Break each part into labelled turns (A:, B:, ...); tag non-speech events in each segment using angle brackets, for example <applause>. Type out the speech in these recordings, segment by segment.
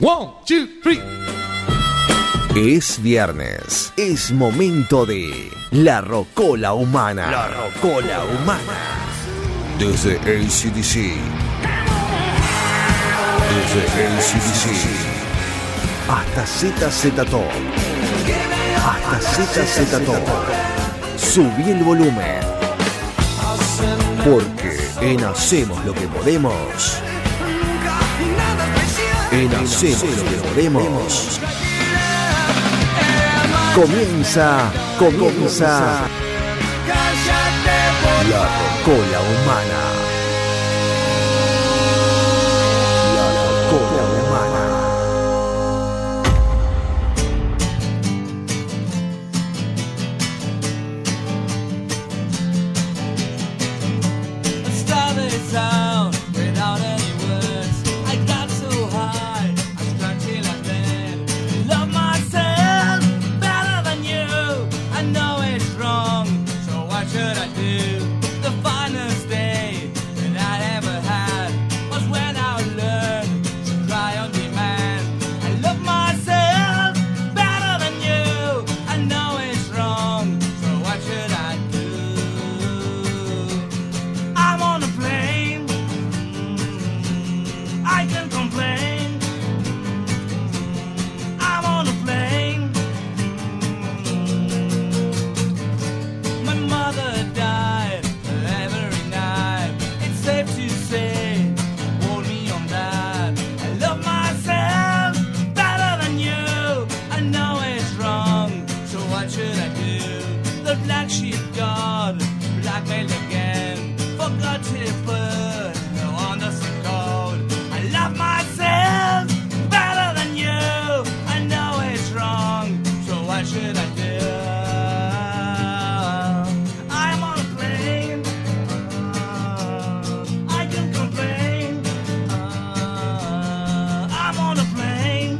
A: One, two, three.
B: Es viernes, es momento de La Rocola Humana. La Rocola Humana. Desde ACDC. Desde ACDC. Hasta ZZ Top. Hasta ZZ Top. Subí el volumen. Porque en Hacemos lo que podemos. En Hacemos lo que podemos. Comienza, comienza. La cola humana. La cola humana.
C: I'm on a plane. I can complain. I'm on a plane. My mother died every night. It's safe to say, hold me on that. I love myself better than you. I know it's wrong, so what should I do? The black sheep god blackmailed again. Forgot to put her on the sick code. I love myself better than you. I know it's wrong, so what should I do? I'm on a plane. I can complain. I'm on a plane.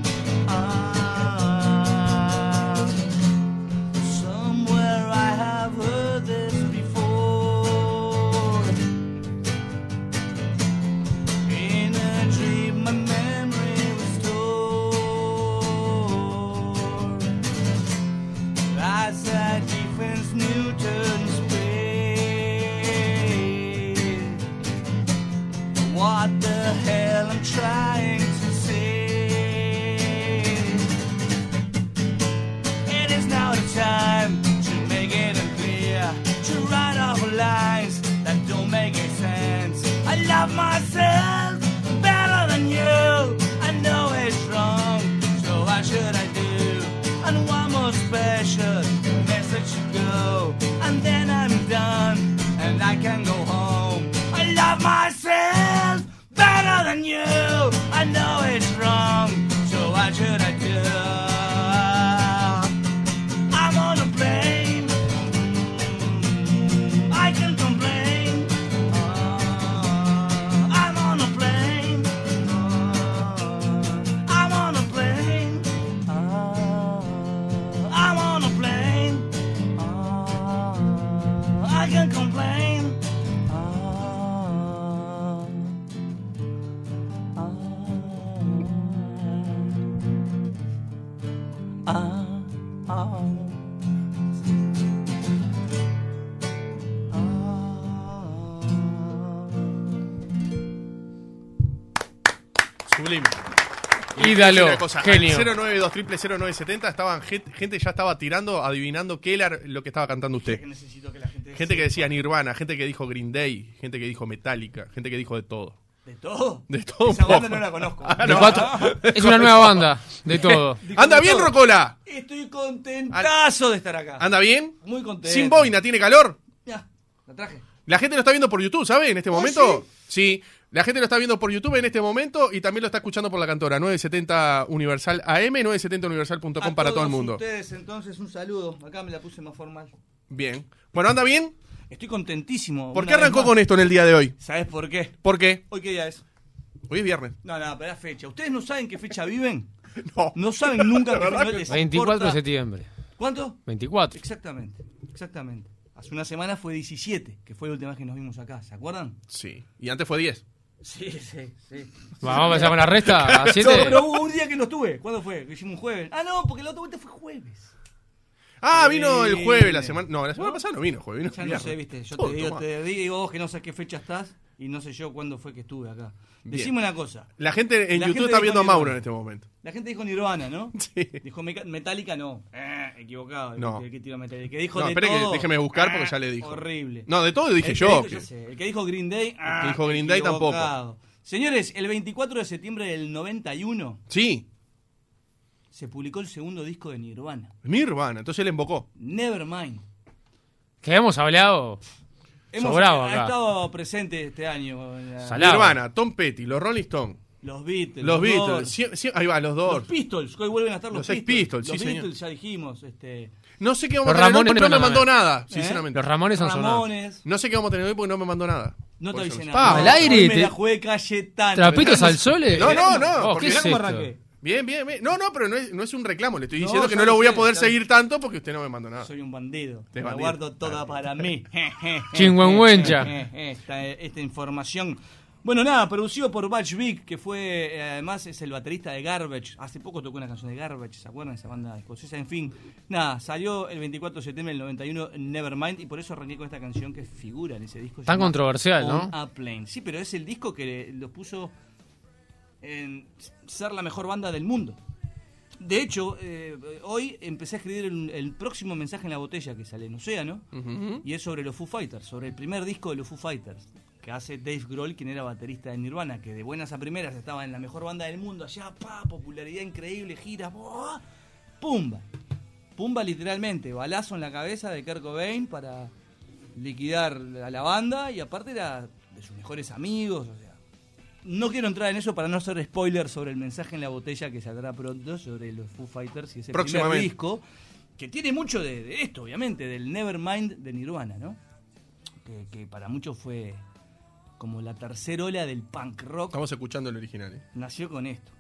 C: Somewhere I have heard this before. In a dream, my memory restored. As a defense, Newton's space. What the hell I'm trying to say? It is now the time to make it clear, to write off lies that don't make any sense. I love myself better than you. I know it's wrong, so what should I do? And one more special message to go, and then I'm done, and I can go home. I love myself better than you. I know it's wrong, so what should I do? I'm on a plane. I can complain. Uh, I'm on a plane. Uh, I'm on a plane. Uh, I'm on a plane. Uh, I can complain. Uh, uh, uh,
D: Ah.
C: uh.
D: Sublime.
E: Ídalo,
D: Una cosa, al
E: genio.
D: 092 0970 estaban gente, gente ya estaba tirando, adivinando qué era lo que estaba cantando usted.
C: Necesito que la gente.
D: Gente que decía Nirvana, gente que dijo Green Day, gente que dijo Metallica, gente que dijo de todo.
C: ¿De todo?
D: De todo.
C: Esa
D: un
C: banda
D: poco.
C: no la conozco.
D: <laughs> Ah,
E: De
D: no.
E: cuatro- <laughs> es una nueva banda, de
D: <laughs>
E: todo.
C: Dijo
D: Anda
C: de
D: bien,
C: todo.
D: Rocola.
C: Estoy contentazo de estar acá.
D: Anda bien.
C: Muy contento.
D: Sin boina, tiene calor.
C: Ya, la traje.
D: La gente lo está viendo por YouTube, ¿sabe? En
C: ¿Ah,
D: este momento. sí. La gente lo está viendo por YouTube en este momento y también lo está escuchando por la cantora 970 Universal AM, 970universal.com
C: A
D: para todo el
C: todos
D: mundo.
C: ustedes, entonces, un saludo. Acá me la puse más formal.
D: Bien. Bueno, anda bien.
C: Estoy contentísimo.
D: ¿Por qué arrancó con esto en el día de hoy?
C: ¿Sabes por qué?
D: ¿Por qué?
C: ¿Hoy qué día es?
D: Hoy es viernes. <laughs>
C: No, no, pero es fecha. ¿Ustedes no saben qué fecha viven?
D: No.
C: No saben nunca
D: <laughs> La
C: qué
D: verdad
C: fecha
D: que
C: les
E: 24 de
C: importa.
E: septiembre.
C: ¿Cuánto?
E: 24.
C: Exactamente, exactamente. Hace una semana fue 17, que fue la última vez que nos vimos acá, ¿se acuerdan?
D: Sí. Y antes fue 10.
C: Sí, sí, sí.
E: Vamos a empezar con la resta. ¿A
C: No,
E: 7?
C: pero hubo un día que no estuve. ¿Cuándo fue? Que hicimos un jueves. Ah, no, porque la otra vuelta fue jueves.
D: Ah, vino el
C: Eh,
D: jueves, la semana. No, la semana pasada no vino, jueves. Vino
C: Ya no
D: viernes.
C: sé, viste. Yo
D: Todo
C: te digo,
D: tomado.
C: te digo vos que no sé qué fecha estás y no sé yo cuándo fue que estuve acá.
D: Bien.
C: Decime una cosa.
D: La gente en
C: La
D: YouTube
C: gente
D: está
C: dijo
D: viendo a
C: que
D: Mauro
C: no.
D: en este momento.
C: La gente dijo Nirvana, ¿no?
D: Sí.
C: Dijo Meca- Metallica, no. Eh, equivocado.
D: No.
C: El que tiró Metallica. Que dijo
D: No,
C: de
D: espere que
C: todo,
D: déjeme buscar porque
C: ah,
D: ya le dijo.
C: Horrible.
D: No, de todo dije
C: El que
D: yo.
C: dijo,
D: que-
C: ya sé, el que dijo Green Day. ah,
D: dijo Green Day tampoco.
C: equivocado. Señores, el 24 de septiembre del 91
D: Sí,
C: se publicó el segundo disco de Nirvana.
D: Nirvana. Entonces él invocó.
C: Nevermind.
E: Que hemos hablado.
C: Hemos
E: Sobrado
C: ha
E: acá.
C: estado presente este año. la-
E: Salado.
D: Nirvana, Tom Petty, los Rolling Stones,
C: los Beatles.
D: los Beatles.
C: Doors,
D: sie- sie- ahí va, los
C: Los
D: dos.
C: Pistols, que hoy vuelven a estar los,
D: Los Sex Pistols,
C: Los
D: sí, señor.
C: Beatles, ya dijimos. Este,
D: No sé qué vamos
E: Los
D: a tener hoy
E: Ramones
D: porque no me
E: no
D: mandó
E: mandan
D: nada, sinceramente.
E: Los Ramones han sonado.
C: Ramones.
D: No sé qué vamos a tener hoy porque no me mandó nada.
C: No te
D: Por
C: avisé
D: eso
C: nada.
D: Ah,
E: ¿Al aire?
C: Hoy me
E: te-
C: la jugué Cayetano.
E: ¿Trapitos al sol? eh?
D: No, no, no,
E: Oh, ¿qué
D: porque mirá
E: es
C: cómo
E: esto?
C: arranqué.
D: Bien, bien, bien. No, no, pero no es, no es un reclamo. Le estoy
C: No,
D: diciendo que
C: ya
D: no
C: lo
D: lo voy a
C: sé,
D: poder
C: ya lo
D: seguir
C: sé.
D: tanto porque usted no me mandó nada.
C: Soy un bandido.
D: Te
C: La
D: bandido.
C: guardo toda para mí.
E: <laughs>
C: <laughs>
E: Chingüengüencha.
C: eh, Esta, esta información. Bueno, nada, producido por Batch Big, que fue, eh, además, es el baterista de Garbage. Hace poco tocó una canción de Garbage, ¿se acuerdan? Esa banda escocesa, en fin. Nada, salió el 24 de septiembre del 91 Nevermind y por eso arranqué con esta canción que figura en ese disco.
E: Tan
C: llamado
E: controversial,
C: On
E: ¿no?
C: a Plane. Sí, pero es el disco que los puso en ser la mejor banda del mundo. De hecho, eh, hoy empecé a escribir el, el próximo mensaje en la botella que sale en Océano y es sobre los Foo Fighters, sobre el primer disco de los Foo Fighters que hace Dave Grohl, quien era baterista de Nirvana, que de buenas a primeras estaba en la mejor banda del mundo, allá, pa, popularidad increíble, gira, boah, pumba, pumba literalmente, balazo en la cabeza de Kurt Cobain para liquidar a la banda y aparte era de sus mejores amigos, o sea, no quiero entrar en eso para no hacer spoiler sobre el mensaje en la botella que saldrá pronto sobre los Foo Fighters y ese primer
D: Próximamente.
C: disco. Que tiene mucho de, de esto, obviamente, del Nevermind de Nirvana, ¿no? Que, que para muchos fue como la tercera ola del punk rock.
D: Estamos escuchando el original. ¿eh?
C: Nació con esto,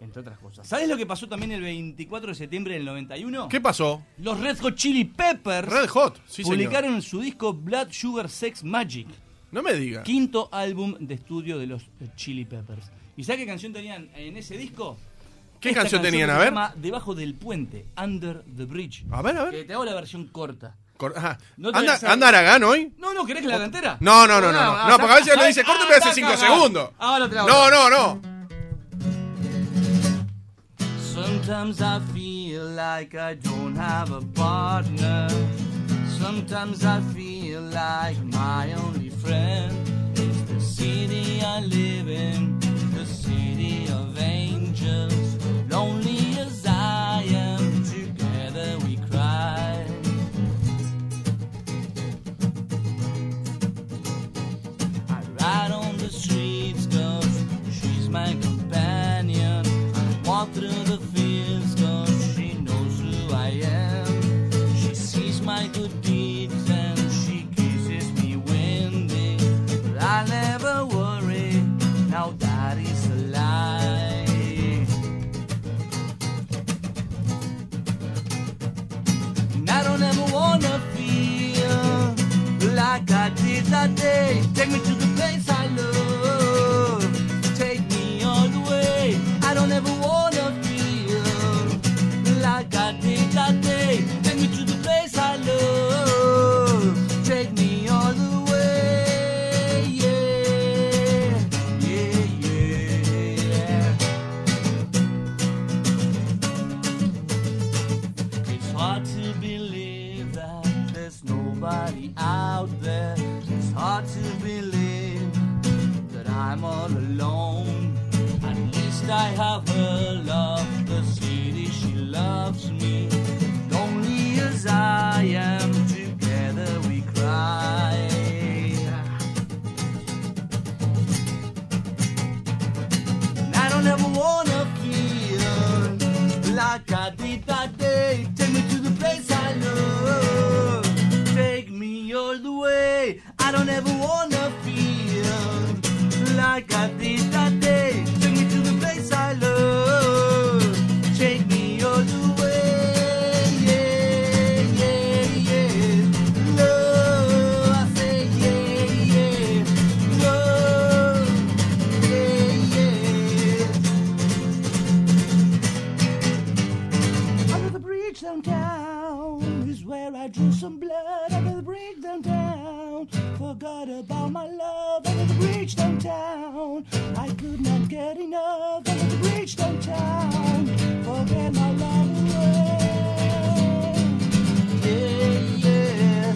C: entre otras cosas. ¿Sabes lo que pasó también el 24 de septiembre del 91?
D: ¿Qué pasó?
C: Los Red Hot Chili Peppers
D: Red Hot. Sí, señor.
C: publicaron su disco Blood Sugar Sex Magic.
D: No me diga.
C: Quinto álbum de estudio de los Chili Peppers. ¿Y sabes qué canción tenían en ese disco?
D: ¿Qué canción tenían?
C: que
D: A
C: se
D: ver.
C: llama Debajo del puente, Under the Bridge.
D: A ver, a
C: Que
D: ver.
C: te hago la versión corta.
D: Cor- ajá.
C: No te
D: anda,
C: vayas a-
D: ¿Anda Aragán hoy?
C: No, no, ¿querés que la haga entera?
D: No, no, no, no.
C: Ah,
D: No, no porque a veces
C: ah,
D: lo dice
C: ah,
D: corto pero hace
C: ah,
D: 5
C: ah,
D: segundos.
C: Ahora te la hago.
D: No, no, no.
C: Sometimes I feel like I don't have a partner. Sometimes I feel like my only friend is the city I live in, the city of angels. Lonely as I am, together we cry. I ride on the streets cause she's my companion. I walk through the fields cause she knows who I am. She sees my good deeds and she kisses me windy. But I never worry, now that is a lie. And I don't ever wanna feel like I did that day. Take me to the place I love. Take me all the way. I don't ever wanna feel like I did that day. Take me to the place I love. Take me all the way. Yeah, yeah, yeah. It's hard to believe that there's nobody out there. It's hard to believe that I'm all alone. At least I have her love, the city she loves me. Lonely as I am, together we cry. And I don't ever wanna feel like I did that day. Take me to the place I love. Take me all the way. I don't ever wanna feel like I did that day. Take me to the place I love. Take me all the way. Yeah, yeah, yeah. Love, I say yeah, yeah. Love. I drew some blood under the bridge downtown. Forgot about my love under the bridge downtown. I could not get enough under the bridge downtown. Forget my love away. Yeah, yeah,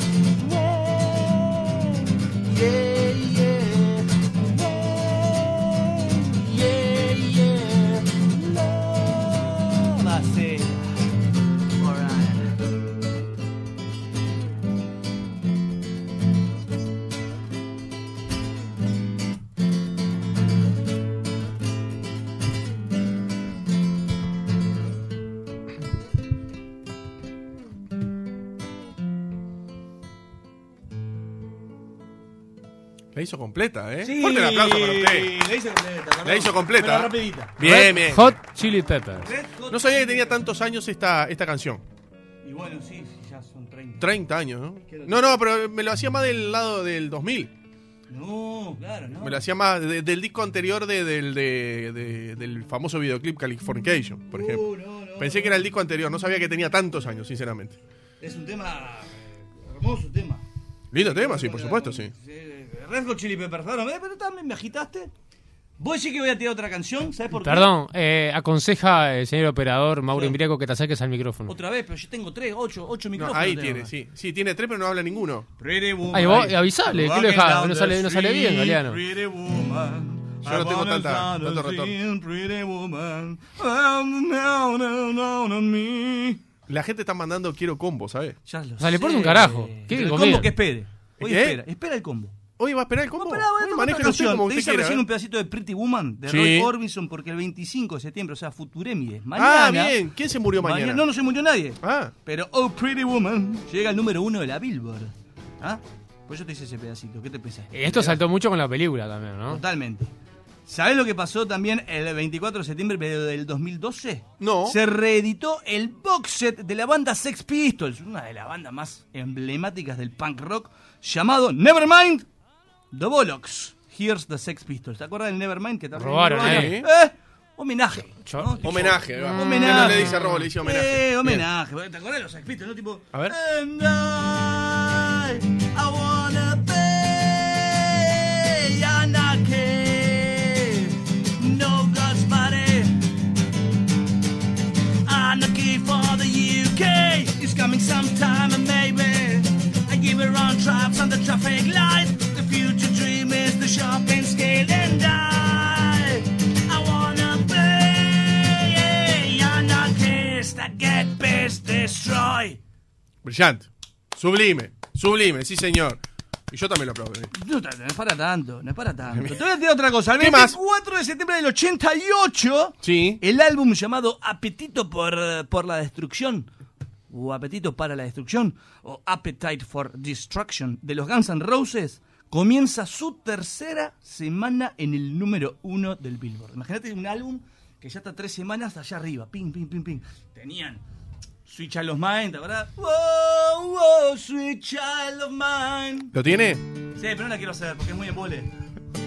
C: way. Yeah, yeah, way. Yeah, yeah, love. I say, alright.
D: La hizo completa, ¿eh?
A: Sí,
D: Fuerte el aplauso para usted.
A: La hizo completa. perdón.
D: La hizo completa.
A: Pero rapidita.
D: Bien,
E: Red
D: bien.
E: Hot Chili Peppers.
A: Red Hot
D: No sabía que tenía tantos años esta, esta canción.
A: Y bueno, sí, sí, ya son 30.
D: 30 años, ¿no? No, no, pero me lo hacía más del lado del 2000.
A: No, claro, no.
D: Me lo hacía más de- del disco anterior de- del, de- de- del famoso videoclip Californication, por ejemplo.
A: Uh, no, no,
D: Pensé
A: no.
D: que era el disco anterior, no sabía que tenía tantos años, sinceramente.
A: Es un tema. Hermoso tema. Eh,
D: Lindo tema, sí, por supuesto, sí.
A: Red Hot Chili Peppers. Perdón, eh, pero también me agitaste. Voy a decir que voy a tirar otra canción, ¿sabes por qué?
E: Perdón, eh, aconseja el señor operador Mauro
A: Sí.
E: Imbriaco que te acerques al micrófono.
A: Otra vez, pero yo tengo tres, ocho, ocho
D: No,
A: micrófonos.
D: ahí
A: tengo
D: tiene,
A: acá.
D: sí. Sí, tiene tres, pero no habla ninguno.
A: Pretty woman.
E: Ahí vos, avisale, ¿qué lo dejás? No sale- no sale bien, Galeano.
A: Pretty woman.
D: Yo no
A: I
D: tengo
A: wanna
D: tanta-
A: find a
D: tanto retorno.
A: thin Pretty woman. I'm down and down on me.
D: La gente está mandando quiero combo, ¿sabes?
A: Ya lo
E: O sea, le
A: sé.
E: importa un carajo. ¿Qué ¿Eh?
A: el
E: comida?
A: combo que espere. Hoy
D: ¿Qué?
A: espera, espera el combo.
D: Hoy va a esperar el combo.
A: Esperá, voy
D: Hoy
A: a tocar
D: manéjelo
A: otra
D: usted
A: canción.
D: como
A: Te
D: usted
A: hice
D: quiera,
A: recién
D: ¿eh?
A: un pedacito de Pretty Woman de
D: Sí.
A: Roy Orbison porque el 25 de septiembre, o sea, Futuremi es mañana.
D: Ah, bien. ¿Quién se murió mañana?
A: No, no se murió nadie.
D: Ah,
A: Pero Oh Pretty Woman llega al número uno de la Billboard. ¿Ah? Pues yo te hice ese pedacito. ¿Qué te pensás?
E: Esto saltó mucho con la película también, ¿no?
A: Totalmente. ¿Sabés lo que pasó también el 24 de septiembre pero del 2012?
D: No.
A: Se reeditó el box set de la banda Sex Pistols, una de las bandas más emblemáticas del punk rock, llamado Nevermind The Bollocks. Here's the Sex Pistols. ¿Te acuerdas del Nevermind que también
E: Robaron,
D: eh.
A: ¿Eh? Homenaje.
E: Yo-
D: homenaje. ahí va.
A: Homenaje.
D: Que No le dice robo, le dice homenaje.
A: Eh, homenaje. ¿Te acordás de los Sex Pistols, no? Tipo.
D: A ver.
A: And I, I wanna pay, and I can't. No God's body. And the key for the UK is coming sometime, and maybe. I give her on traps on the traffic light. The future dream is the shopping scale, and I, I wanna pay, and I kiss, I get pissed, destroy.
D: Brillante. Sublime. Sublime, sí, señor. Y yo también lo aplaudo. ¿eh?
A: No, ta- no es para tanto, no es para <laughs> tanto. Te voy a tirar otra cosa. El
D: ¿Qué más?
A: 24 de septiembre del 88,
D: Sí.
A: el álbum llamado Apetito por, eh, por la Destrucción, o Apetito para la Destrucción, o Appetite for Destruction, de los Guns N' Roses, comienza su tercera semana en el número uno del Billboard. Imagínate un álbum que ya está tres semanas allá arriba. Ping, ping, ping, ping. Tenían Sweet Child of Mine, ¿te acordás? Wow, wow, Sweet Child of Mine.
D: ¿Lo tiene?
A: Sí, pero no la quiero hacer porque es muy embole.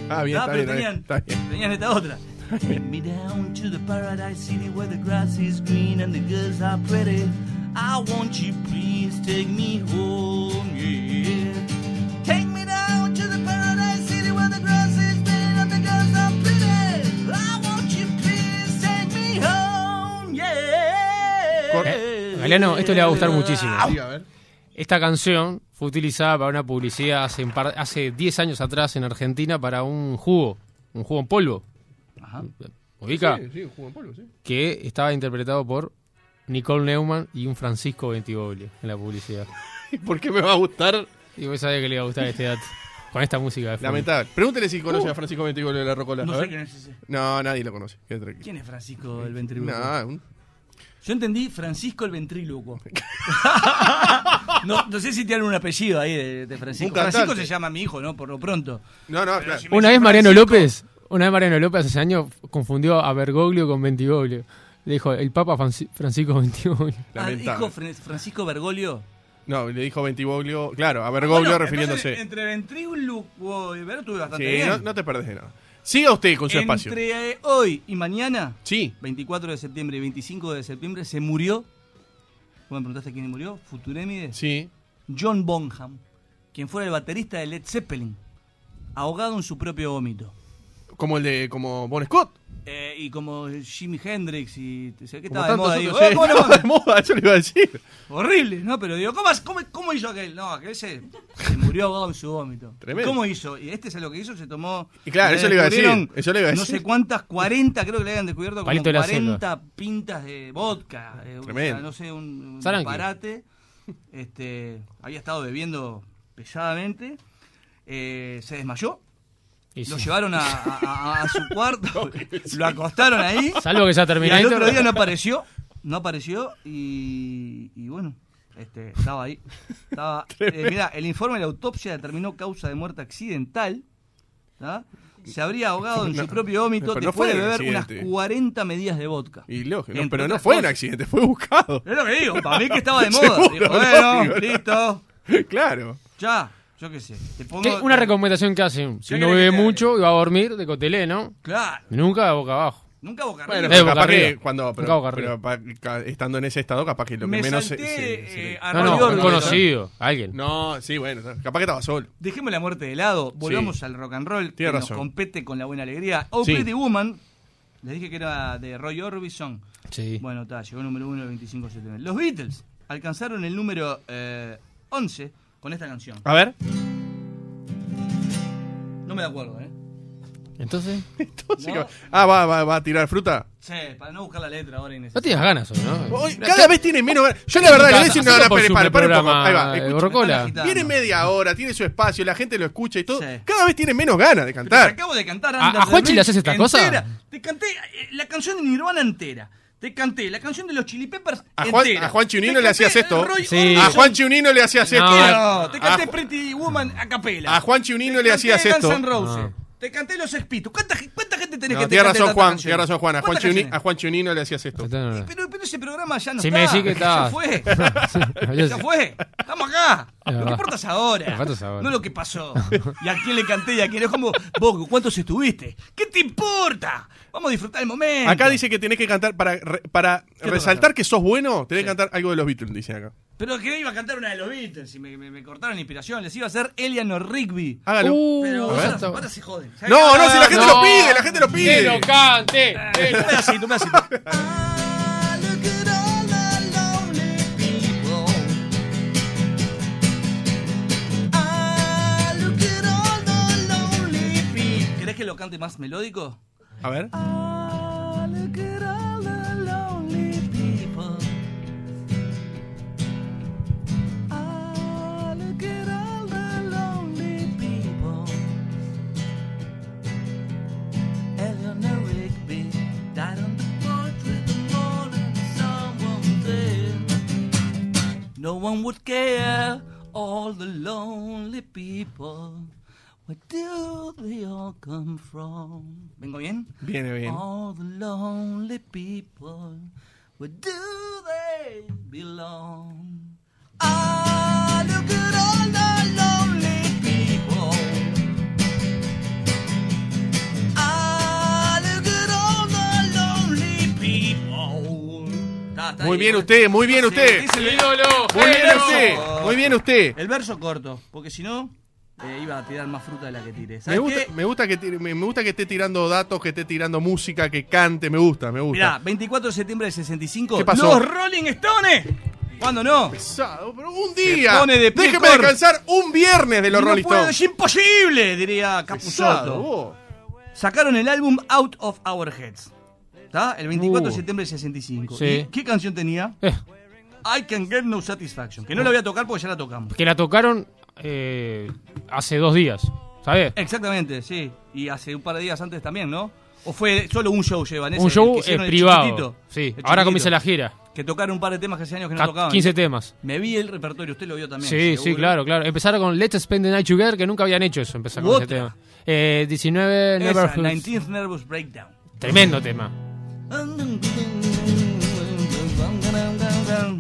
D: Ah, bien,
A: Ah,
D: está, bien, está bien,
A: pero tenían,
D: está bien.
A: tenían esta otra. Take me down to the paradise city where the grass is green and the girls are pretty. I want you, please take me home, yeah. Take me down to the paradise city where the grass is green and the girls are pretty. I want you, please take me home, yeah.
D: Cor-
E: Eh, Galeano, esto le va a gustar muchísimo.
D: Sí, a ver.
E: Esta canción fue utilizada para una publicidad hace, un par- hace 10 años atrás en Argentina para un jugo, un jugo en polvo.
A: Ajá.
E: ¿Ubica?
D: Sí, sí, jugó en polvo, sí. <laughs>
E: Que estaba interpretado por Nicole Neumann y un Francisco Bentivoglio en la publicidad.
D: ¿Por qué me va a gustar?
E: Y vos sabés que le iba a gustar este dato. Con esta música de fondo.
D: Lamentable. Pregúntele si conoce a Francisco Ventigolo de la Rocola.
A: Uh. No
D: a
A: sé
D: ver.
A: quién es ese.
D: No, nadie lo conoce. Quédate tranquilo.
A: ¿Quién es Francisco el Ventriloquio?
D: No, un-
A: Yo entendí Francisco
D: <laughs>
A: el Ventrílocuo. no, no sé si tienen un apellido ahí de, de Francisco.
D: Un cantante.
A: Francisco se llama mi hijo, ¿no? Por lo pronto.
D: no, no, claro.
A: si ah, me-
E: Una vez Mariano López, una vez Mariano López hace años confundió a Bergoglio con Bentivoglio. Le dijo, el Papa Franci- Francisco Bentivoglio.
A: Ah,
D: Lamentable.
A: hijo Fran- Francisco Bergoglio.
D: No, le dijo Ventiboglio. Claro, a Bergoglio
A: Ah, Bueno,
D: refiriéndose.
A: entonces, entre Ventrílocuo y Bergoglio estuve bastante
D: Sí,
A: bien.
D: no, no te perdés de nada. Siga usted con su espacio.
A: Entre eh, hoy y mañana,
D: Sí.
A: 24 de septiembre y 25 de septiembre, se murió Vos me preguntaste quién murió. Futuremide.
D: Sí.
A: John Bonham, quien fuera el baterista de Led Zeppelin, ahogado en su propio vómito.
D: Como el de. Como Bon Scott.
A: Eh, y como Jimi Hendrix y... o sea, ¿Qué
D: Como
A: estaba de moda?
D: tantos
A: Digo,
D: otros.
A: "Eh, ¿cómo
D: <laughs>
A: le
D: Estaba
A: va?".
D: de moda, yo le iba a decir.
A: <laughs> Horrible, ¿no? Pero digo, ¿cómo, cómo, cómo hizo aquel? No, aquel se, se murió ahogado en su vómito.
D: Tremendo.
A: ¿Cómo hizo? Y este es lo que hizo, se tomó... eh,
D: Y claro, eso le iba a decir,
A: descubrieron
D: eso le iba a
A: No sé
D: decir.
A: cuántas, 40, creo que le habían descubierto
E: Palito de
A: como
E: la selva.
A: 40 pintas de vodka. eh, o sea,
D: Tremendo.
A: no sé, un, un
E: Saranqui.
A: disparate. Este, había estado bebiendo pesadamente. Eh, se desmayó.
E: Y
A: Lo
E: sí.
A: llevaron a, a- a- a su
D: <laughs>
A: cuarto, lo acostaron ahí.
E: Salvo que sea
A: <laughs> Y al otro
E: Terminator.
A: día no apareció, no apareció y, y bueno, este, estaba ahí.
D: <laughs>
A: Estaba, eh, mirá, el informe de la autopsia determinó causa de muerte accidental. ¿tá? Se habría ahogado en su propio vómito
D: pero <laughs> no
A: después
D: fue
A: de
D: un
A: beber unas
D: accidente.
A: 40 medidas de vodka.
D: Y lógico,
A: Entre
D: pero no
A: otras
D: fue un
A: cosas.
D: accidente, fue buscado. <laughs>
A: Es lo que digo, para mí que estaba de moda.
D: Seguro,
A: Dijo, bueno,
D: lógico, ¿no?
A: listo,
D: claro.
A: ya, yo qué sé. Te pongo,
E: ¿Qué- una recomendación que hacen. Si
A: ¿Qué
E: uno
A: querés
E: bebe
A: que te haga?
E: mucho y va a dormir, de cotelé, ¿no?
A: Claro,
E: Nunca boca abajo.
A: nunca boca
D: Bueno,
E: Eh,
A: arriba.
D: pero
E: boca
D: capaz que
E: arriba.
D: cuando.
E: Boca,
D: Pero,
E: boca
D: pero pa- ca- estando en ese estado, capaz que lo que
A: Me
D: menos.
A: salté, eh, a
E: No, no,
A: Arriba,
E: un
A: ¿no?
E: conocido, alguien.
D: No, sí, bueno, capaz que estaba solo.
A: Dejemos la muerte de lado, volvamos al rock and roll, que
D: Tiene
A: nos
D: razón.
A: compete con la buena alegría. Oh
D: Sí.
A: Pretty Woman, les dije que era de Roy Orbison.
E: Sí.
A: Bueno, está, llegó número uno de 25 septiembre. Los Beatles alcanzaron el número eh, 11 con esta canción.
D: A ver.
A: No me la acuerdo, ¿eh?
E: Entonces,
D: Entonces,
A: No.
D: Ah, va, va, va a tirar fruta.
A: Sí, para no buscar la letra ahora.
E: no
A: innecesario.
E: tienes ganas hoy, ¿no?
D: Hoy cada vez tiene menos. ganas. Yo la verdad le voy a decir, no,
E: Hacelo
D: no,
E: por
D: pare,
E: su
D: pare, pare un poco.
E: programa,
D: Ahí va.
E: eh,
D: escucha.
E: Borrocola.
A: Están
D: Viene media hora, tiene su espacio, la gente lo escucha y todo.
A: Sí.
D: Cada vez tiene menos ganas de
A: Pero te
D: cantar.
A: acabo de cantar
E: ¿A-
A: Under
E: a
A: the
E: Juanchi le
A: Bridge
E: haces esta cosa?
A: entera. Te canté eh, la canción de Nirvana entera. Te canté la canción de los Chili Peppers
D: A Juan,
A: entera.
D: a Juan Chiunino
A: Te
D: le
A: canté
D: hacías esto.
A: Roy
E: Sí.
A: Orbison.
D: A Juan Chiunino le hacías
E: No,
D: esto.
A: No, te
D: A
A: canté
D: Ju-
A: Pretty Woman a capela.
D: A Juan Chiunino
A: Te
D: le hacías
A: canté Guns
D: esto.
A: N' Roses.
E: No.
A: Te canté los Expitos. ¿Cuánta, ge- ¿Cuánta gente tenés
D: No,
A: que te
D: tienes
A: cante
D: razón,
A: tantas
D: Juan.
A: canciones?
D: Tienes razón, Juan. A Juan,
A: ¿Cuántas
D: Chiuni-
A: canciones?
D: a Juan Chiunino le hacías esto.
E: Está-
A: Pero, pero ese programa ya no
E: Si
A: está.
E: me decís que está- <laughs>
A: <laughs> Ya fue. ya fue. Estamos acá.
E: Es
A: Lo que
E: verdad.
A: importa es ahora.
E: Lo que importa es ahora.
A: No lo que pasó. Y a quién le canté y a quién. Es como, vos, ¿cuántos estuviste? ¿Qué te importa? Vamos a disfrutar el momento.
D: Acá dice que tenés que cantar para, re- para
A: toca
D: resaltar
A: cantar?
D: que sos bueno, tenés que cantar algo de los Beatles, dice acá.
A: Pero que iba a cantar una de los Beatles y me, me- me cortaron la inspiración. Les iba a hacer Eleanor Rigby.
D: Hágalo.
E: Uh,
A: Pero
E: a
A: ahora,
E: ver.
A: ahora se joden. Ah,
D: no, no, si la gente
E: no.
D: lo pide, la gente lo
E: ¡Que lo
D: pide. Eh,
E: cante! que
A: Un
E: lo-
A: pedacito, un pedacito. ¿Querés que lo cante más melódico?
D: A ver.
C: Eleanor Rigby died on the porch with the morning sun was there. No one would care, all the lonely people. Where do they all come from?
A: ¿Vengo bien?
D: Viene bien.
C: All the lonely people, where do they belong? Ah, look at all the lonely people. Ah, look at all the lonely people.
A: Está, está
D: Muy
A: ahí.
D: bien usted, muy bien
A: Sí,
D: usted.
A: dice el-
E: ¡Ídolo!
D: Muy bien
E: ¡Ídolo!
D: usted, muy bien usted.
A: El verso corto, porque si no, eh, iba a tirar más fruta de la que tiré.
D: Me
A: ¿Sabes
D: gusta,
A: qué?
D: me, gusta que, tire- me me gusta que esté tirando datos, que esté tirando música, que cante, me gusta, me
A: Mirá,
D: gusta.
A: 24 de septiembre del 65.
D: ¿Qué pasó?
A: ¡Los Rolling Stones! ¿Cuándo no?
D: Pesado, pero un día.
A: pone de pie,
D: déjeme
A: Cor.
D: descansar un viernes de los
A: No
D: Rolling
A: puedo,
D: Stones.
A: ¡Es imposible! Diría
D: Pesado,
A: Capuzotto.
D: vos.
A: Sacaron el álbum Out of Our Heads. ¿Está? El 24 de
E: Uh.
A: septiembre del 65.
E: Sí.
A: ¿Y ¿Qué canción tenía?
E: Eh,
A: I Can Get No Satisfaction. Que no la voy a tocar porque ya la tocamos.
E: que la tocaron eh, hace dos días, ¿sabes?
A: Exactamente, sí. Y hace un par de días antes también, ¿no? ¿O fue solo un show, llevan
E: Un show eh, privado. Sí, ahora comienza
A: comienza
E: la gira.
A: Que tocaron un par de temas que hace años que no
E: Ca-
A: tocaban.
E: 15 temas.
A: Me vi el repertorio, usted lo vio también.
E: Sí, sí,
A: seguro.
E: claro, claro. Empezaron con Let's Spend the Night Together, que nunca habían hecho eso, empezar
A: U
E: con ese
A: otra.
E: tema. Eh, 19
A: Esa,
E: Neverhoods.
A: 19th Nervous Breakdown.
E: Tremendo tema.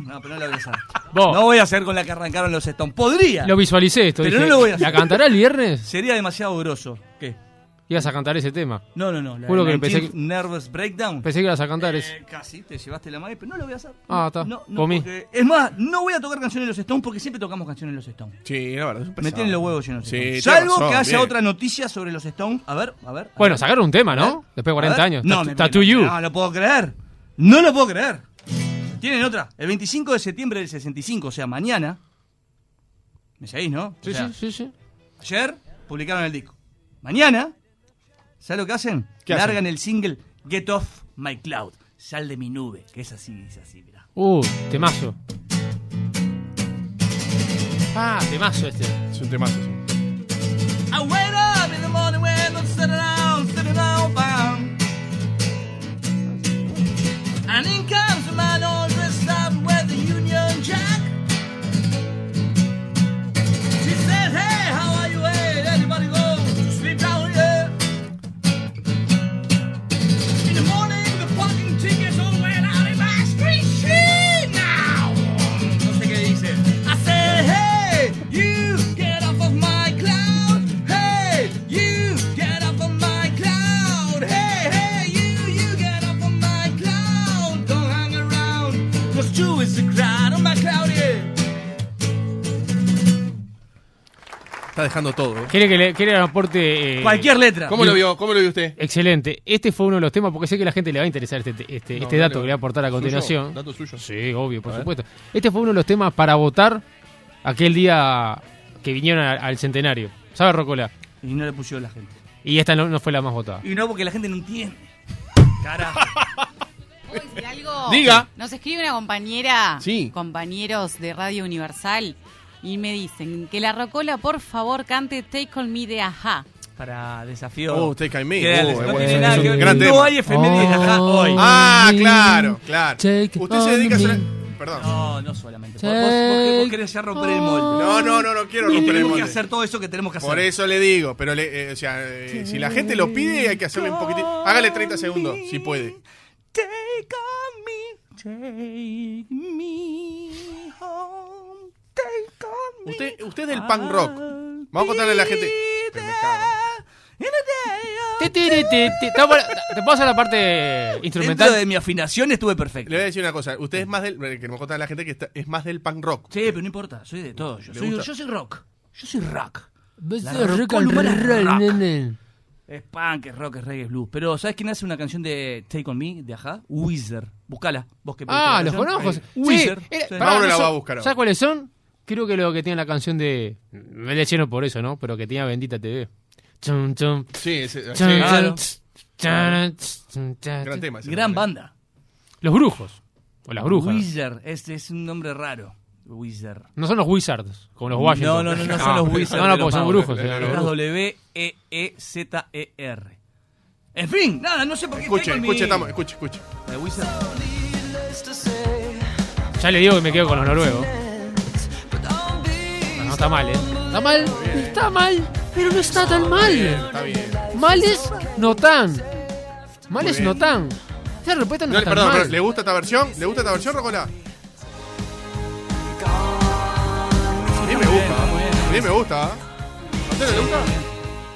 A: No, pero no la voy a hacer.
E: Vos.
A: No voy a hacer con la que arrancaron los Stones. Podría.
E: Lo visualicé esto.
A: Pero
E: dije,
A: no lo voy a hacer.
E: ¿La cantará el viernes?
A: Sería demasiado groso. ¿Qué?
E: Ibas a cantar ese tema.
A: No, no, no. La
E: Juro que
A: 19th
E: pensé que-
A: Nervous Breakdown.
E: Pensé que ibas a cantar
A: Eh,
E: ese.
A: casi, te llevaste la madre, pero no lo voy a hacer.
E: Ah, está.
A: No, no,
E: Comí.
A: porque- es más, no voy a tocar canciones de los Stones porque siempre tocamos canciones de los Stones.
D: Sí, la verdad. es un
A: Me
D: pesado.
A: tienen los huevos llenos.
D: Sí, tenés
A: Stones. Salvo
D: razón,
A: que haya
D: bien.
A: otra noticia sobre los Stones. A ver, a ver. a
E: Bueno,
A: ver.
E: sacaron un tema,
A: A ver,
E: ¿no? Después de
A: ¿Eh? a
E: 40
A: ver.
E: años.
A: No, me-
E: Ta- Tattoo You.
A: No lo puedo creer. No lo puedo creer. Tienen otra. El 25 de septiembre del 65, o sea, mañana. ¿Me seguís, no? O
E: Sí,
A: sea,
E: sí, sí, sí.
A: Ayer publicaron el disco. Mañana, ¿sabes lo que hacen?
D: ¿Qué hacen?
A: Largan el single Get Off My Cloud. Sal de mi nube, que es así, es así, mirá.
E: Uh, temazo. Ah, temazo este.
D: Es un temazo. sí.
C: I wait up in the morning when I'm sitting down, sitting down bound. And in comes a man all dressed up with the Union Jack. She says, Hey, how are you? Hey, anybody go to sleep down here? In the morning, the parking tickets all went out in my street. Shit, now. No sé qué dice. I said, hey, you get off of my cloud. Hey, you get off of my cloud. Hey, hey, you, you get off of my cloud. Don't hang around. Cause true is the crowd on my cloud, yeah.
D: Está dejando todo. ¿eh?
E: Quiere que le quiere un aporte. eh,
A: Cualquier letra.
D: ¿Cómo lo vio? ¿Cómo lo vio usted?
E: Excelente. Este fue uno de los temas porque sé que a la gente le va a interesar este, este,
D: No,
E: este
D: dale.
E: dato que le voy a aportar a
D: Suyo,
E: continuación.
D: Dato suyo.
E: Sí, obvio, por
D: A ver.
E: supuesto. Este fue uno de los temas para votar aquel día que vinieron a- al centenario. ¿Sabe, Rocola?
A: Y no le pusieron la gente.
E: Y esta no, no fue la más votada.
A: Y no porque la gente no entiende. Carajo.
F: ¿Puedo decir algo?
D: Diga.
F: Nos escribe una compañera,
D: Sí.
F: compañeros de Radio Universal, y me dicen que la Rocola, por favor, cante Take On Me de Aja.
A: Para desafío.
D: Oh, Take On Me.
A: Queda-
D: Oh,
A: no
D: es
A: tiene
D: bueno.
A: nada
D: Es
A: que
D: un
A: ver.
D: gran
A: No
D: tema.
A: hay efemérides, ajá,
E: Oh.
A: hoy.
D: Ah, claro, claro.
E: Take
D: Usted se dedica a
E: on
D: hacer.
E: me.
D: Perdón.
A: No, no solamente. Vos, vos- vos- vos querés ya romper el molde.
D: No, no, no, no quiero romper el
A: tenemos que
D: molde.
A: hacer todo eso que tenemos que hacer.
D: Por eso le digo, pero le- eh, o sea, eh, si la gente lo pide, hay que hacerle un poquitín. Hágale 30 segundos, si puede.
A: Take on me, take me home, take on me.
D: Usted, usted es del punk rock. Vamos a contarle a la gente.
A: Be there in a day of-
E: Ti, ti, ti, ti, ti. Te puedo- te puedo hacer la parte
A: Dentro de
E: instrumental.
A: mi afinación estuve perfecto.
D: Le voy a decir una cosa. Usted es más del. eh, Que nos contarle a la gente que está- es más del punk rock.
A: Sí, pero no importa, soy de todo. Yo,
D: ¿Le
A: soy,
D: gusta?
A: yo soy rock. Yo soy rock. La
E: sos rock and
A: rocola humana es
E: roll,
A: rock.
E: nene.
A: Es punk, es rock, es reggae, es blues. Pero ¿sabes quién hace una canción de Take On Me de Aja? Wizard. Buscala. Vos que pediste
E: Ah,
A: la
E: los
A: canción.
E: conozco. Sí,
A: Wizard.
E: era-
A: Sí.
E: pará,
D: Mauro la
E: ¿no
D: va
E: son-
D: a buscar ahora.
E: ¿Sabes cuáles son? Creo que lo que tiene la canción de. Me le lleno por eso, ¿no? Pero que tenía Bendita TV. Chum, chum,
D: Sí, ese- sí, Ah,
E: chum,
A: claro.
E: chum, tss, chum, tss, chum, chum.
D: gran tema. ese
A: Gran
D: tema.
A: banda.
E: Los brujos. O las brujas.
A: Wizard. Este es un nombre raro. Wizard.
E: No son los wizards, como los Washington.
A: No, no, no, no son los Wizards
E: No,
A: de
E: no,
A: los
E: porque son
A: magos.
E: brujos.
D: No,
E: sí,
D: no,
E: los
D: no.
A: Letras
E: brujos.
A: E W-E-E-Z-E-R. E En fin, nada, no sé por qué.
D: Escuche,
A: Take On Me.
D: escuche, estamos, escuche, escuche.
A: La de Wizard.
E: Ya le digo que me quedo con los noruegos. No, no está mal, ¿eh? Está mal, está mal, pero no está tan
D: Bien,
E: mal.
D: está bien.
E: Males no tan. Males
D: bien.
E: no tan. Esa respuesta no,
D: No,
E: está
D: perdón,
E: mal.
D: pero ¿le gusta esta versión? ¿Le gusta esta versión, Rocola? A mí me gusta. A mí me gusta. ¿eh? ¿A usted no le gusta?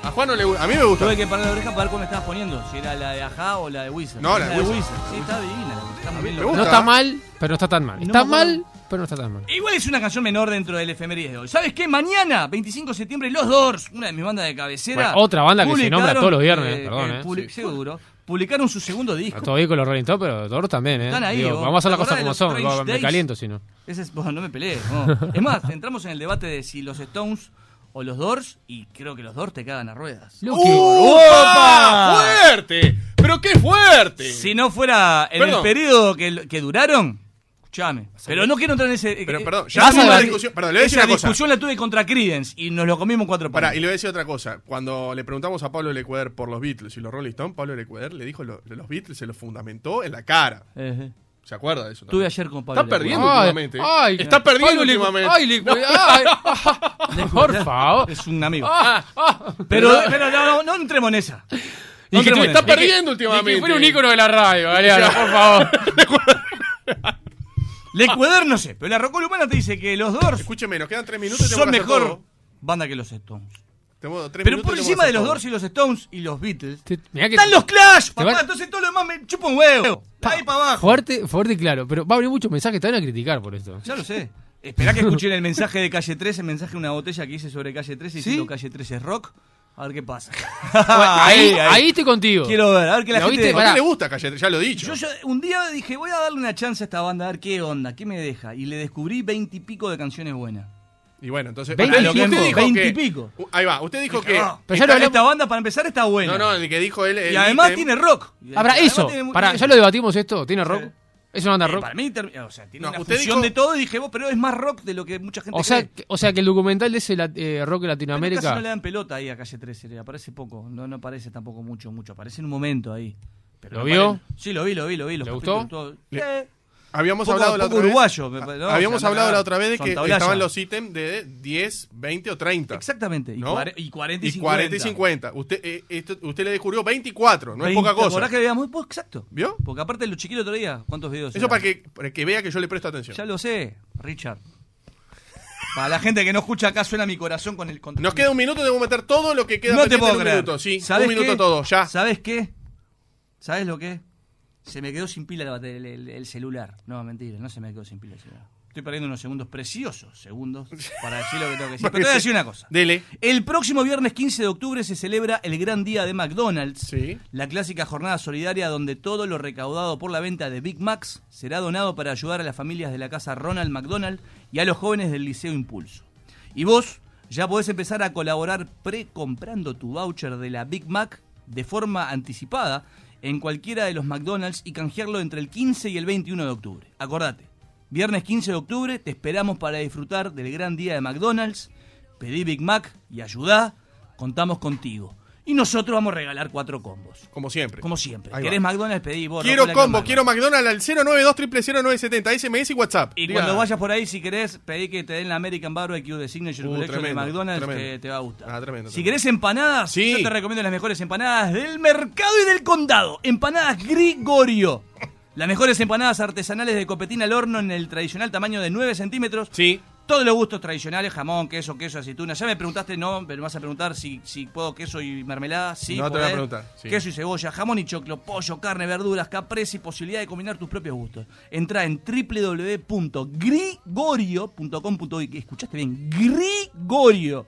D: A Juan no le gusta. A mí me gusta.
A: Tuve que parar la oreja para ver cuál me estabas poniendo. Si era la de Aja o la de Wizard.
D: No,
A: Es
D: la de
A: de
D: Wizard.
A: Sí, está divina. la- Está muy bien
D: me
A: lograda.
E: No está mal, pero no está tan mal.
A: No
E: Está
A: me acuerdo.
E: mal, pero no está tan mal.
A: Igual es una canción menor dentro del efemérides de hoy. ¿Sabes qué? Mañana, 25 de septiembre, Los Doors, una de mis bandas de cabecera.
E: Bueno, otra banda que se nombra
A: publicaron,
E: todos los viernes,
A: eh,
E: perdón,
A: eh,
E: eh.
A: public- Seguro. Publicaron su segundo disco.
E: Todo bien con los Rolling Stones, pero todos también, ¿eh?
A: Están ahí,
E: Digo,
A: vos.
E: vamos a hacer las
A: ¿Te
E: cosas como
A: acordás de los
E: son.
A: Strange
E: digo, me
A: Days?
E: caliento si no.
A: Ese es, <laughs> bueno, no me pelees. no. Es más, entramos en el debate de si los Stones o los Doors, y creo que los Doors te cagan a ruedas.
D: ¡Opa!
A: Ah.
D: ¡Fuerte! ¡Pero qué fuerte!
A: Si no fuera en
D: Perdón.
A: el periodo que, que duraron, escuchame. Pero no quiero entrar en ese.
D: Pero,
A: eh,
D: perdón,
A: eh,
D: ya
A: esa
E: tuvimos la
D: discusión- perdón, le voy a decir
A: esa
D: una cosa.
A: discusión la tuve contra Creedence y nos lo comimos en cuatro
D: Pará,
A: panes.
D: y le voy a decir otra cosa. Cuando le preguntamos a Pablo Lecueder por los Beatles y los Rolling Stones, Pablo Lecueder le dijo lo- los Beatles se los fundamentó en la cara.
A: Ejé.
D: ¿Se acuerda de eso?
A: Estuve
D: también?
A: ayer con Pablo
D: Está perdiendo
E: Ay,
D: últimamente. ¿eh?
E: ay,
D: está perdiendo
E: ay, le-
D: últimamente.
E: Ay, le- ay,
A: <laughs>
E: ay, por favor.
A: Es un amigo.
E: Ah, ah.
A: Pero, pero no, no, no entremos en esa.
E: Y que tú
A: entremos en
E: estás
A: eso.
E: perdiendo
D: Dije- dije,
E: últimamente.
D: fue un ícono
E: de la radio, Galeano, por
D: <laughs>
E: favor.
A: Le Ecuador no sé, pero la Rocola Humana te dice que los Doors
D: Escúcheme, nos quedan tres minutos y tengo
A: son
D: que hacer
A: mejor
D: todo.
A: banda que los Stones.
D: Tenemos tres
A: Pero
D: minutos,
A: por
D: tenemos
A: encima
D: que
A: de los
D: hacer todo.
A: Doors y los Stones y los Beatles.
E: Te- mirá que-
A: Están los Clash,
E: te va-
A: papá. Entonces todo lo demás me chupa un huevo. De Ahí para abajo.
E: Fuerte, fuerte y claro. Pero va a haber muchos mensajes, te van a criticar por esto.
A: Ya lo sé. Esperá que escuchen el mensaje de Calle 13, el mensaje de una botella que hice sobre Calle 13 diciendo Calle 13 es rock. A ver qué pasa. <laughs>
E: ahí, ahí, estoy contigo.
A: Ah, Quiero ver, a ver qué la
E: ¿Lo
A: gente...
E: viste?
D: ¿A
E: Pará.
D: quién le gusta Calle 13? Ya lo he dicho.
A: Yo, yo un día dije, voy a darle una chance a esta banda, a ver qué onda, qué me deja. Y le descubrí veintipico de canciones buenas.
D: Y bueno, entonces.
E: Veinte
D: Ah, lo que
E: y
D: usted
E: pico.
D: dijo
A: Veinte
D: que-
A: y pico.
D: U- Ahí va, usted dijo que.
A: Ah,
E: pero ya lo
A: esta,
E: hablamos-
A: esta banda, para empezar, está buena.
D: No, no, el que dijo él. el
A: y además
D: ítem-
A: tiene rock. Eh, Y
E: Ah, pará,
A: además
E: eso.
A: tiene mu-
E: Pará,
A: tiene-
E: ya lo debatimos esto. ¿Tiene rock?
A: Sí.
E: ¿Es una banda
A: Eh,
E: rock?
A: Para mí, termina- o sea, tiene
D: No,
A: una
D: usted
A: fusión
D: dijo-
A: de todo y dije, vos, pero es más rock de lo que mucha gente
E: O sea,
A: cree.
E: que, o sea que el documental de ese la- eh, rock
A: Pero este
E: Latinoamérica.
A: Casi no le dan pelota ahí a Calle 13, le aparece poco, no, no aparece tampoco mucho, mucho, aparece en un momento ahí. Pero
E: ¿Lo
A: no
E: vio?
A: aparece- Sí, lo vi, lo vi, lo vi. los
E: ¿Le gustó?
A: capítulos, todo.
D: Le-
A: Eh,
D: Habíamos
A: Poco-
D: hablado la
A: poco
D: otra vez.
A: uruguayo, me pa- no,
D: Habíamos
A: se anda
D: hablado la
A: cagando.
D: otra vez de
A: Son
D: que
A: tablayas.
D: estaban los ítems de 10, 20 o 30.
A: Exactamente, y,
D: ¿no?
A: cuare- y 40 y 50.
D: 40 y 50. Usted, eh, esto- usted le descubrió 24, no es poca
A: ¿Te acordás
D: cosa.
A: que le veíamos? Pues, exacto.
D: ¿Vio?
A: Porque aparte los chiquitos otro día, ¿cuántos videos?
D: Eso
A: eran?
D: para que, para que vea que yo le presto atención.
A: Ya lo sé, Richard. Para la gente que no escucha acá suena mi corazón con el control.
D: Nos queda un minuto, debo meter todo lo que queda
A: no te
D: pendiente
A: puedo
D: en un
A: creer.
D: minuto. Sí,
A: ¿Sabés
D: un minuto
A: qué?
D: todo, ya.
A: ¿Sabes qué? ¿Sabes lo que? Se me quedó sin pila la batería- el, el- el celular. No, mentira, no se me quedó sin pila el celular. Estoy perdiendo unos segundos preciosos, segundos, para decir lo que tengo
D: <laughs>
A: que decir. Pero te voy a decir una cosa.
D: Dele.
A: El próximo viernes 15 de octubre se celebra el gran día de McDonald's.
D: Sí.
A: La clásica jornada solidaria donde todo lo recaudado por la venta de Big Macs será donado para ayudar a las familias de la casa Ronald McDonald y a los jóvenes del Liceo Impulso. Y vos ya podés empezar a colaborar pre-comprando tu voucher de la Big Mac de forma anticipada en cualquiera de los McDonald's y canjearlo entre el 15 y el 21 de octubre. Acordate, viernes 15 de octubre te esperamos para disfrutar del gran día de McDonald's. Pedí Big Mac y ayudá, contamos contigo. Y nosotros vamos a regalar cuatro combos.
D: Como siempre.
A: Como siempre.
D: Ahí va.
A: ¿Querés McDonald's? Pedí vos.
D: Quiero
A: Rocola,
D: combo, quiero
A: quiero McDonald's.
D: McDonald's al 092 SMS y WhatsApp.
A: Y
D: Diga.
A: cuando vayas por ahí, si querés, pedí que te den la American Barbecue de Signature
D: Uh,
A: Collection
D: tremendo,
A: de McDonald's,
D: tremendo.
A: que te va a gustar.
D: Ah, tremendo,
A: si
D: tremendo.
A: querés empanadas,
D: Sí.
A: yo te recomiendo las mejores empanadas del mercado y del condado. Empanadas Grigorio. Las mejores empanadas artesanales de copetín al horno en el tradicional tamaño de 9 centímetros.
D: Sí.
A: Todos los gustos tradicionales, jamón, queso, queso, aceituna. Ya me preguntaste, no, pero me vas a preguntar si, si puedo queso y mermelada. Sí,
D: No te voy a
A: podés.
D: preguntar, sí.
A: Queso y cebolla, jamón y choclo, pollo, carne, verduras, caprese y posibilidad de combinar tus propios gustos. Entra en www.grigorio.com.uy. ¿Escuchaste bien? Grigorio.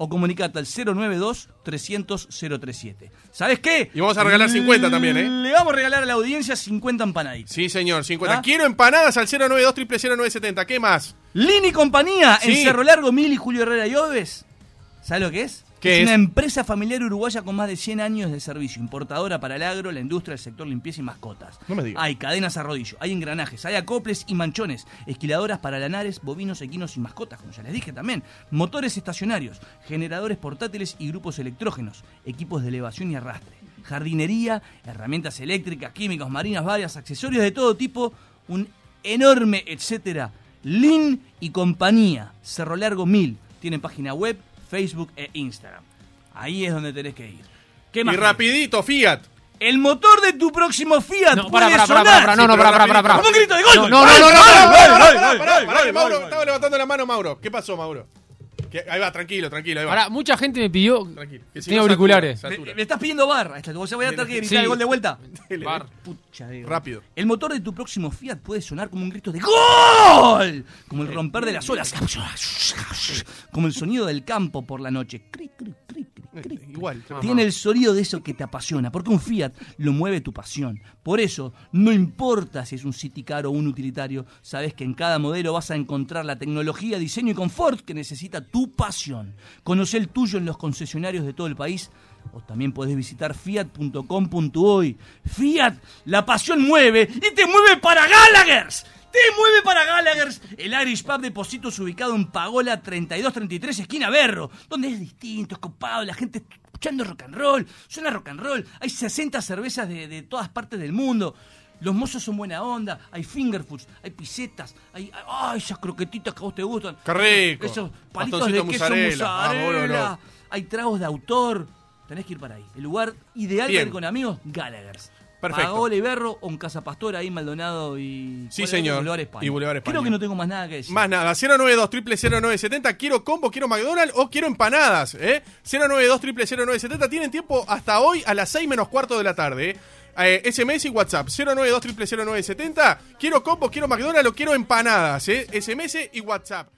A: O comunicate al 092 300 037. ¿Sabes qué?
D: Y vamos a regalar 50 también, ¿eh?
A: Le vamos a regalar a la audiencia 50 empanaditas.
D: Sí, señor, 50.
A: ¿Ah?
D: Quiero empanadas al 092 ¿Qué más?
A: Lini Compañía,
D: Sí.
A: en Cerro Largo, Mil y Julio Herrera y Oves. ¿Sabes lo que es?
D: ¿Qué es?
A: una empresa familiar uruguaya con más de 100 años de servicio, importadora para el agro, la industria, el sector limpieza y mascotas.
D: No me digas.
A: Hay cadenas a rodillo, hay engranajes, hay acoples y manchones, esquiladoras para lanares, bovinos, equinos y mascotas, como ya les dije también, motores estacionarios, generadores portátiles y grupos electrógenos, equipos de elevación y arrastre, jardinería, herramientas eléctricas, químicos, marinas, varias, accesorios de todo tipo, un enorme etcétera. Lin y compañía, Cerro Largo 1000, tienen página web, Facebook e Instagram. Ahí es donde tenés que ir. ¿Qué
D: Y
A: más?
D: rapidito, Fiat.
A: El motor de tu próximo Fiat
E: No,
A: puede
E: pará, pará, pará,
A: sonar.
E: pará, pará, no,
D: Sí,
E: no,
D: pero
E: pará, pará,
D: rapidito.
E: pará, pará.
A: Como un grito de gol.
E: No,
A: gol.
E: no, no, no, no, no, no, no,
D: Pará, pará, pará, Mauro, estaba levantando la mano Mauro. ¿Qué pasó, Mauro? Que- ahí va, tranquilo, tranquilo, ahí va.
E: Pará, mucha gente me pidió.
D: Tranquilo. Que si
E: Tiene
D: no,
E: auriculares.
D: satura,
A: Me,
D: satura.
A: me estás pidiendo barra. Esta- Vos ya voy a tener que gritar
E: Sí.
A: el gol de vuelta.
D: Dele,
E: Bar.
A: Pucha, Diego.
D: Rápido.
A: El motor de tu próximo Fiat puede sonar como un grito de ¡Gol! Como el romper de las olas. Como el sonido del campo por la noche. Cri, cri, cri, cri, cri.
D: Igual.
A: Tiene el sonido de eso que te apasiona, porque un Fiat lo mueve tu pasión. Por eso, no importa si es un city car o un utilitario, sabes que en cada modelo vas a encontrar la tecnología, diseño y confort que necesita tu pasión. Conoce el tuyo en los concesionarios de todo el país o también podés visitar fiat.com.uy. Fiat, la pasión mueve y te mueve para Gallagher's. Te mueve para Gallagher's, el Irish Pub de Positos ubicado en Pagola 3233, esquina Berro, donde es distinto, es copado, la gente está escuchando rock and roll, suena rock and roll, hay 60 cervezas de, de todas partes del mundo. Los mozos son buena onda, hay finger foods, hay pisetas, hay, hay- ay, esas croquetitas que a vos te gustan.
D: Qué rico.
A: Esos palitos
D: Bastoncito
A: de queso
D: mozzarella. Ah,
A: mozzarella.
D: boludo, no.
A: Hay tragos de autor. Tenés que ir para ahí. El lugar ideal
D: Bien.
A: para ir con amigos, Gallagher's.
D: Perfecto.
A: Pagol y Berro o en Casa Pastora, ahí en Maldonado y.
D: Sí,
A: ¿cuál era?
D: señor.
A: Boulevard España.
D: Y Boulevard España.
A: Creo que no tengo más nada que decir.
D: Más nada, 092 0970 quiero combo, quiero McDonald's o quiero empanadas, ¿eh? 092 0970 tienen tiempo hasta hoy a las 6 menos cuarto de la tarde, ¿eh? Eh, SMS y WhatsApp, 092 0970 quiero combo, quiero McDonald's o quiero empanadas, ¿eh? SMS y WhatsApp.